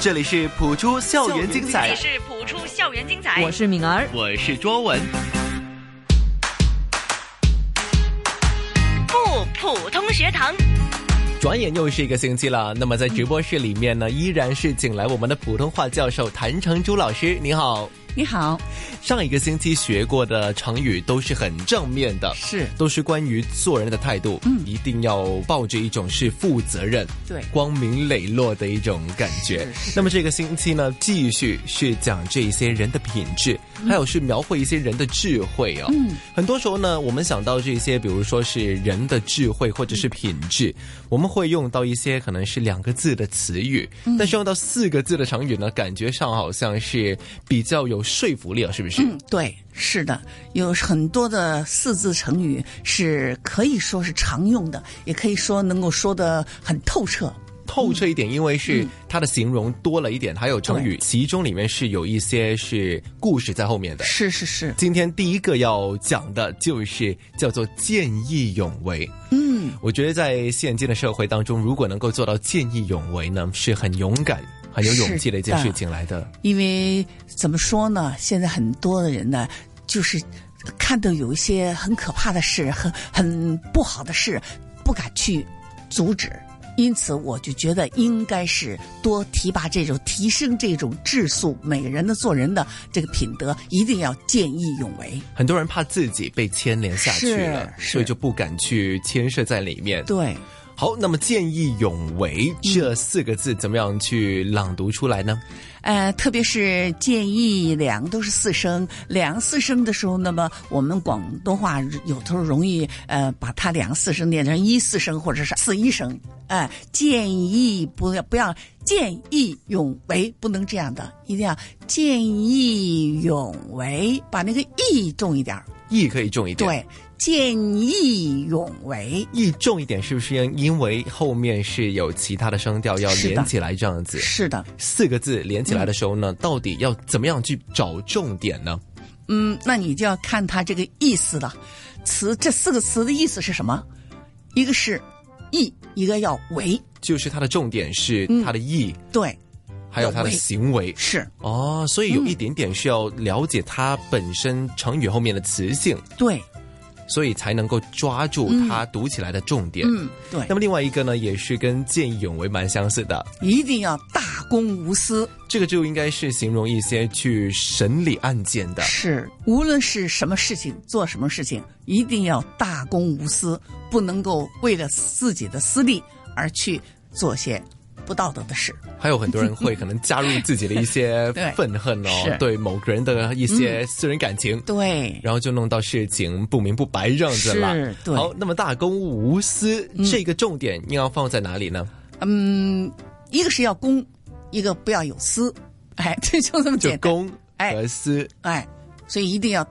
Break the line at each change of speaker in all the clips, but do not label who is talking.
这里是普出校园精彩
也，是谱出校园精彩。
哎
我是敏儿，
我是卓文。
不普通学堂，
转眼又是一个星期了，那么在直播室里面呢，依然是请来我们的普通话教授谭成珠老师，你好。
你好，
上一个星期学过的成语都是很正面的，
是
都是关于做人的态度，
嗯
一定要抱着一种是负责任、
对
光明磊落的一种感觉。
是是
那么这个星期呢，继续是讲这些人的品质，还有是描绘一些人的智慧哦。
嗯，
很多时候呢，我们想到这些，比如说是人的智慧或者是品质，
嗯
我们会用到一些可能是两个字的词语，
嗯
但是用到四个字的成语呢，感觉上好像是比较有说服力了，是不是？
嗯，对，是的，有很多的四字成语是可以说是常用的，也可以说能够说的很透彻。
透彻一点，因为
嗯
是它的形容多了一点，还有成语，其中里面是有一些是故事在后面的。
是是是，
今天第一个要讲的就是叫做见义勇为。
嗯，
我觉得在现今的社会当中，如果能够做到见义勇为呢，是很勇敢、很有勇气的一件
是的
事情来的。
因为怎么说呢，现在很多的人呢，就是看到有一些很可怕的事、很很不好的事，不敢去阻止。因此，我就觉得应该是多提拔这种、提升这种质素，每个人的做人的这个品德，一定要见义勇为。
很多人怕自己被牵连下去了，
是是
所以就不敢去牵涉在里面。
对，
好，那么见义勇为这四个字怎么样去朗读出来呢？
呃，特别是建议两都是四声，两四声的时候，那么我们广东话有时候容易呃把它两四声念成一四声呃或者是四一声，哎、建议不要不要见义勇为，不能这样的，一定要见义勇为，把那个义重一点儿，
义可以重一点，
对，见义勇为。
义重一点，是不是因因为后面是有其他的声调要
是的
连起来这样子？
是的，
四个字连起来的时候呢，到底要怎么样去找重点呢？
嗯，那你就要看它这个意思了。词这四个词的意思是什么？一个是义，一个要为。
就是它的重点是它的义，
对，
还有它的行为。
是
哦，所以有
嗯
一点点是要了解它本身成语后面的词性，
对，
所以才能够抓住它读起来的重点。
嗯，对
那，么另外一个呢，也是跟见义勇为蛮相似的，
一定要大公无私。
这个就应该是形容一些去审理案件的。
是，无论是什么事情，做什么事情，一定要大公无私，不能够为了自己的私利而去做些不道德的事。
还有很多人会可能加入自己的一些
对
愤恨哦，
是嗯
对某个人的一些私人感情。
对，
然后就弄到事情不明不白这样子了
是。对
好，那么大公无私、这个重点应要放在哪里呢？
嗯，一个是要公，一个不要有私。哎，这就这么
就
简单。
公和私，
哎，所以一定要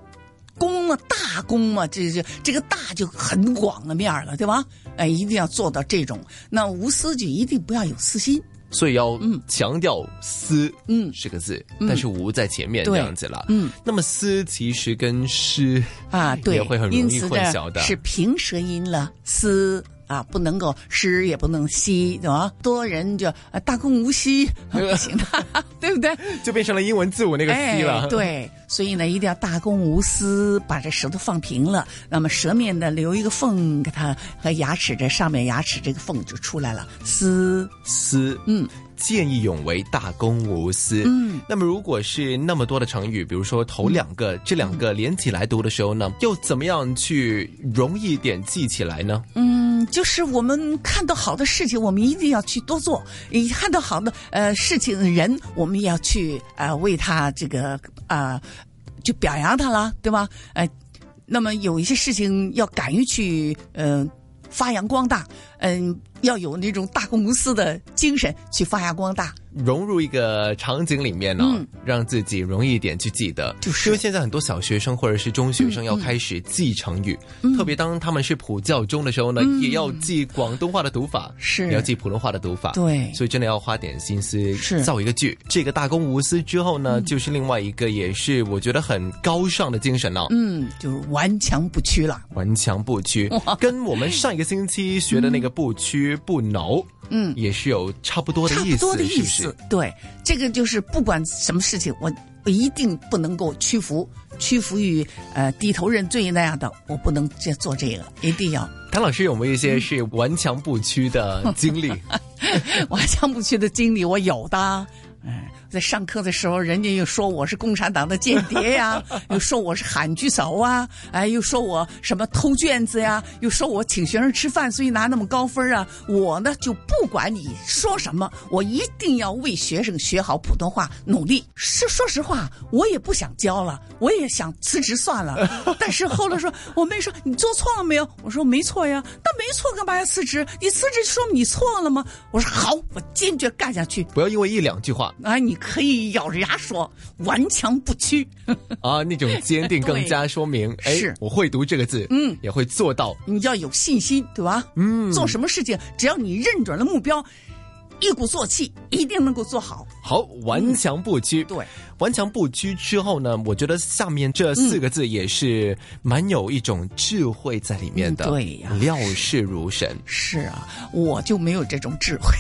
公嘛，大公嘛，这这这个大就很广的面儿了，对吧？哎，一定要做到这种。那无私就一定不要有私心，
所以要强调“私”
嗯
这个字，但是“无”在前面
对
这样子了。
嗯，
那么“私”其实跟“诗”
啊，对
也会很，容易
因此
混
呢
淆的
是平舌音了，私。啊，不能够失，也不能息，对吧？多人就啊，大公无私， 不行的， 对不对？
就变成了英文字母那个“
哎
私”了。，
对，所以呢，一定要大公无私，把这舌头放平了，那么舌面呢留一个缝，给它和牙齿这上面牙齿这个缝就出来了。丝，
私，
嗯，
见义勇为，大公无私。嗯，那么如果是那么多的成语，比如说头两个、这两个连起来读的时候呢，又怎么样去容易一点记起来呢？
嗯，就是我们看到好的事情，我们一定要去多做；一看到好的呃事情人，我们也要去呃为他这个啊、就表扬他啦，对吧？呃，那么有一些事情要敢于去嗯、呃、发扬光大，嗯、要有那种大公无私的精神去发扬光大。
融入一个场景里面呢、
嗯
让自己容易一点去记得。
就是
因为现在很多小学生或者是中学生要开始记成语，
嗯
特别当他们是普教中的时候呢，也要记广东话的读法，
是
也要记普通话的读法。
对
所以真的要花点心思
是嗯
造一个句。这个大公无私之后呢，就是另外一个也是我觉得很高尚的精神啊呢、
嗯，就是顽强不屈了。
顽强不屈，跟我们上一个星期学的那个不屈、之不挠，
嗯
也是有差不多的
差
意
不
思，
多的意
是不
思
是？。
对，这个就是不管什么事情，我我一定不能够屈服，屈服于呃低头认罪那样的，我不能这做这个，一定要。
谭老师有没有一
嗯
些是顽强不屈的经 历？
我上不去的经历我有的。嗯，在上课的时候，人家又说我是共产党的间 谍呀，又说我是喊狙手啊，哎，又说我什么偷卷子呀，又说我请学生吃饭，所以拿那么高分啊。我呢就不管你说什么，我一定要为学生学好普通话努力。是说实话，我也不想教了，我也想辞职算了。但是后来说，我妹说你做错了没有？我说没错呀。那没错，干嘛要辞职？你辞职说明你错了吗？我说好，我坚决干下去。
不要因为一两句话
啊，你可以咬着牙说，顽强不屈。
啊，那种坚定更加说 明，哎
是，
我会读这个字，
嗯，
也会做到。
你要有信心，对吧？嗯，做什么事情，只要你认准了目标，一鼓作气，一定能够做好。
好，顽强不屈。
嗯对，
顽强不屈之后呢，我觉得下面这四个字也是蛮有一种智慧在里面的。
嗯对呀
料事如神，
是啊，我就没有这种智慧。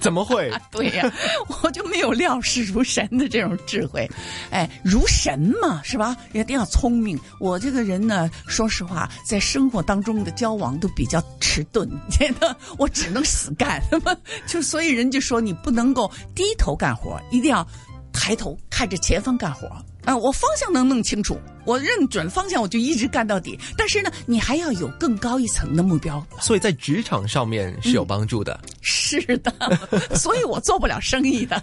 怎么 会？
对呀、我就没有料事如神的这种智慧，哎，如神嘛，是吧？一定要聪明。我这个人呢，说实话，在生活当中的交往都比较迟钝，觉得我只能死干，就所以人家说你不能够低头干活，一定要抬头看着前方干活。啊，我方向能弄清楚，我认准了方向，我就一直干到底。但是呢，你还要有更高一层的目标，
所以在职场上面是有帮助
嗯
的。
是的，所以我做不了生意的。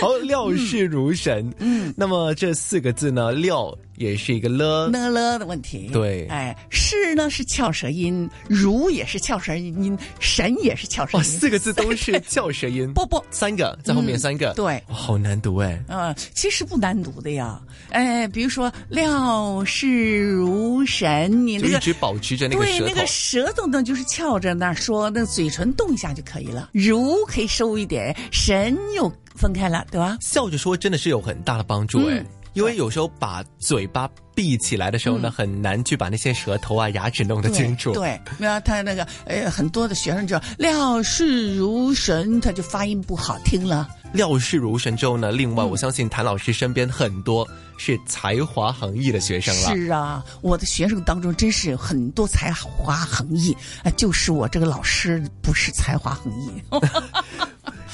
好，料事如神。嗯，那么这四个字呢，料也是一个了，
呢了的问题。
对
哎，是呢是翘舌音，如也是翘舌音，神也是翘舌
哇，
音。
四个字都 是翘舌音，
不不
三个在后面
嗯
三个，
对
哇，好难读哎。
呃，其实不难读的呀，哎，比如说“料事如神”，你
就
那
一
个
直保持着那个
对
舌头，
那个舌头呢，就是翘着那儿说，那嘴唇动一下就可以了。如可以收一点，神又分开了，对吧？
笑着说真的是有很大的帮助哎、
嗯
因为有时候把嘴巴闭起来的时候呢，很难去把那些舌头啊、牙齿弄得
对
清楚。，
对，那他那个呃，很多的学生就“料事如神”，他就发音不好听了。
料事如神之后呢，另外
嗯
我相信谭老师身边很多是才华横溢的学生了。
是啊，我的学生当中真是很多才华横溢，啊，就是我这个老师不是才华横溢。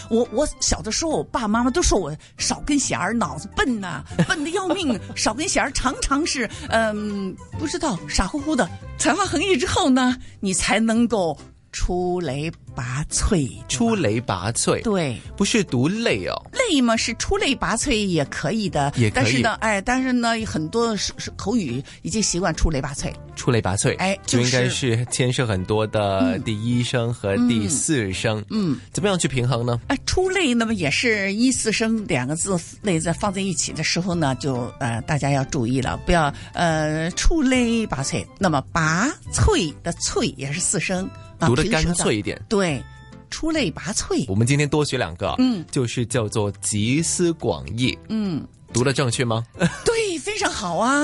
我我小的时候，我爸爸妈妈都说我少根弦儿，脑子笨呐、笨的要命。 少根弦儿常常是嗯，不知道傻乎乎的。才华横溢之后呢，你才能够出类拔萃。
出类拔萃，
对。
不是读类哦，
累嘛是出类拔萃也可以的，
也可以
但是呢，哎，但是呢，很多是是口语已经习惯出类拔萃，
出类拔萃，
哎
就
就
应该
是嗯
是牵涉很多的第一声和第四声，嗯，怎么样去平衡呢？
啊，出类那么也是一四声两个字类在放在一起的时候呢，就呃大家要注意了，不要呃出类拔萃。那么拔萃的萃也是四声，啊、
读的
平
干
舌的
脆一点。
对，出类拔萃
我们今天多学两个，啊
嗯，
就是叫做集思广益，
嗯。
读的正确吗？
对，非常好啊！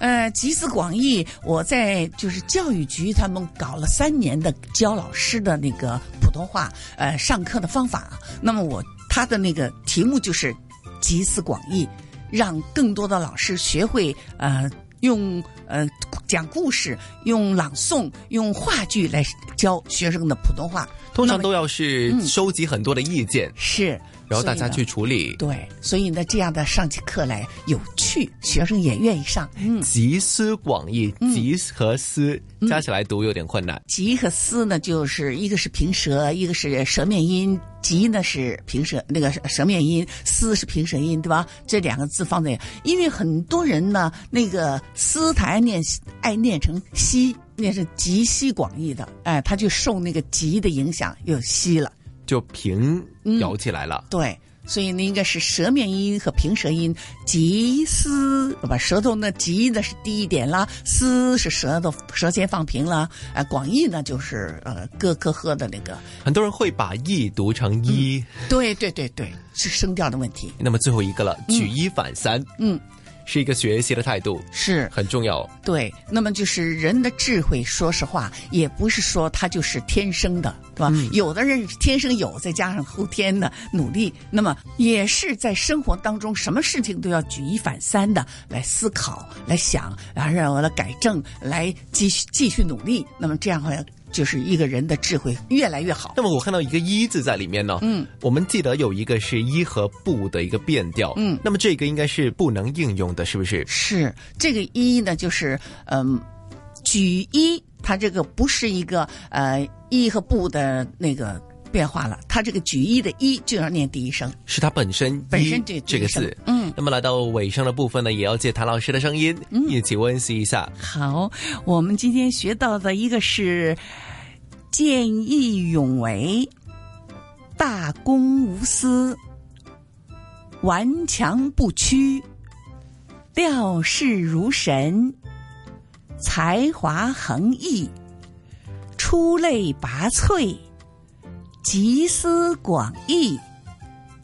呃，集思广益，我在就是教育局他们搞了三年的教老师的那个普通话呃上课的方法。那么我他的那个题目就是集思广益，让更多的老师学会呃用呃讲故事、用朗诵、用话剧来教学生的普通话。
通常
那么
都要
嗯
是收集很多的意见，
是，
然后大家
所以呢
去处理。
对，所以呢，这样的上起课来有趣，学生也愿意上。嗯。
集思广益，集和思加起来读有点困难。
吉和思呢，就是一个是平舌，一个是舌面音。吉呢是平舌，那个舌面音；思是平舌音，对吧？这两个字放在，因为很多人呢，那个思他爱念爱念成西，念成极西广义的，哎，他就受那个吉的影响又西了。
就平
嗯
摇起来了。
对，所以呢，应该是舌面音和平舌音，急丝把舌头呢急呢是低一点啦，丝是舌头舌尖放平啦，啊、广义呢就是呃咯咯呵的那个，
很多人会把意读成一，
嗯对对对对，是声调的问题。
那么最后一个了，举一反三。
嗯，
是一个学习的态度，
是
很重要。哦
对，那么就是人的智慧，说实话，也不是说他就是天生的，对吧？有的人天生有，再加上后天的努力，那么也是在生活当中，什么事情都要举一反三的来思考、来想，然后让我来改正，来继续继续努力。那么这样会就是一个人的智慧越来越好。
那么我看到一个“一”字在里面呢。嗯，我们记得有一个是“一”和“不”的一个变调。
嗯，
那么这个应该是不能应用的，是不是？
是这个一呢，就是嗯，举一，它这个不是一个呃一和不的那个变化了，它这个举一的一就要念第一声，
是它本身“
本身
一
这
这个字。
嗯。
那么来到尾声的部分呢，也要借谭老师的声音，一起温习一下。
好，我们今天学到的一个是见义勇为、大公无私、顽强不屈、料事如神、才华横溢、出类拔萃、集思广益、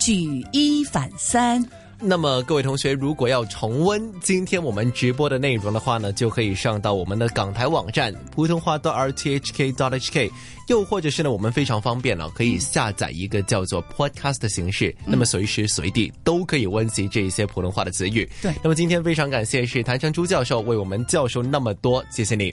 举一反三。
那么各位同学，如果要重温今天我们直播的内容的话呢，就可以上到我们的港台网站普通话 r t h k dot h k，又或者是呢，我们非常方便了、可以下载一个叫做 podcast 的形式，那么随时随地都可以温习这一些普通话的词语。
对
那么今天非常感谢是谭山珠教授为我们教授那么多，谢谢你。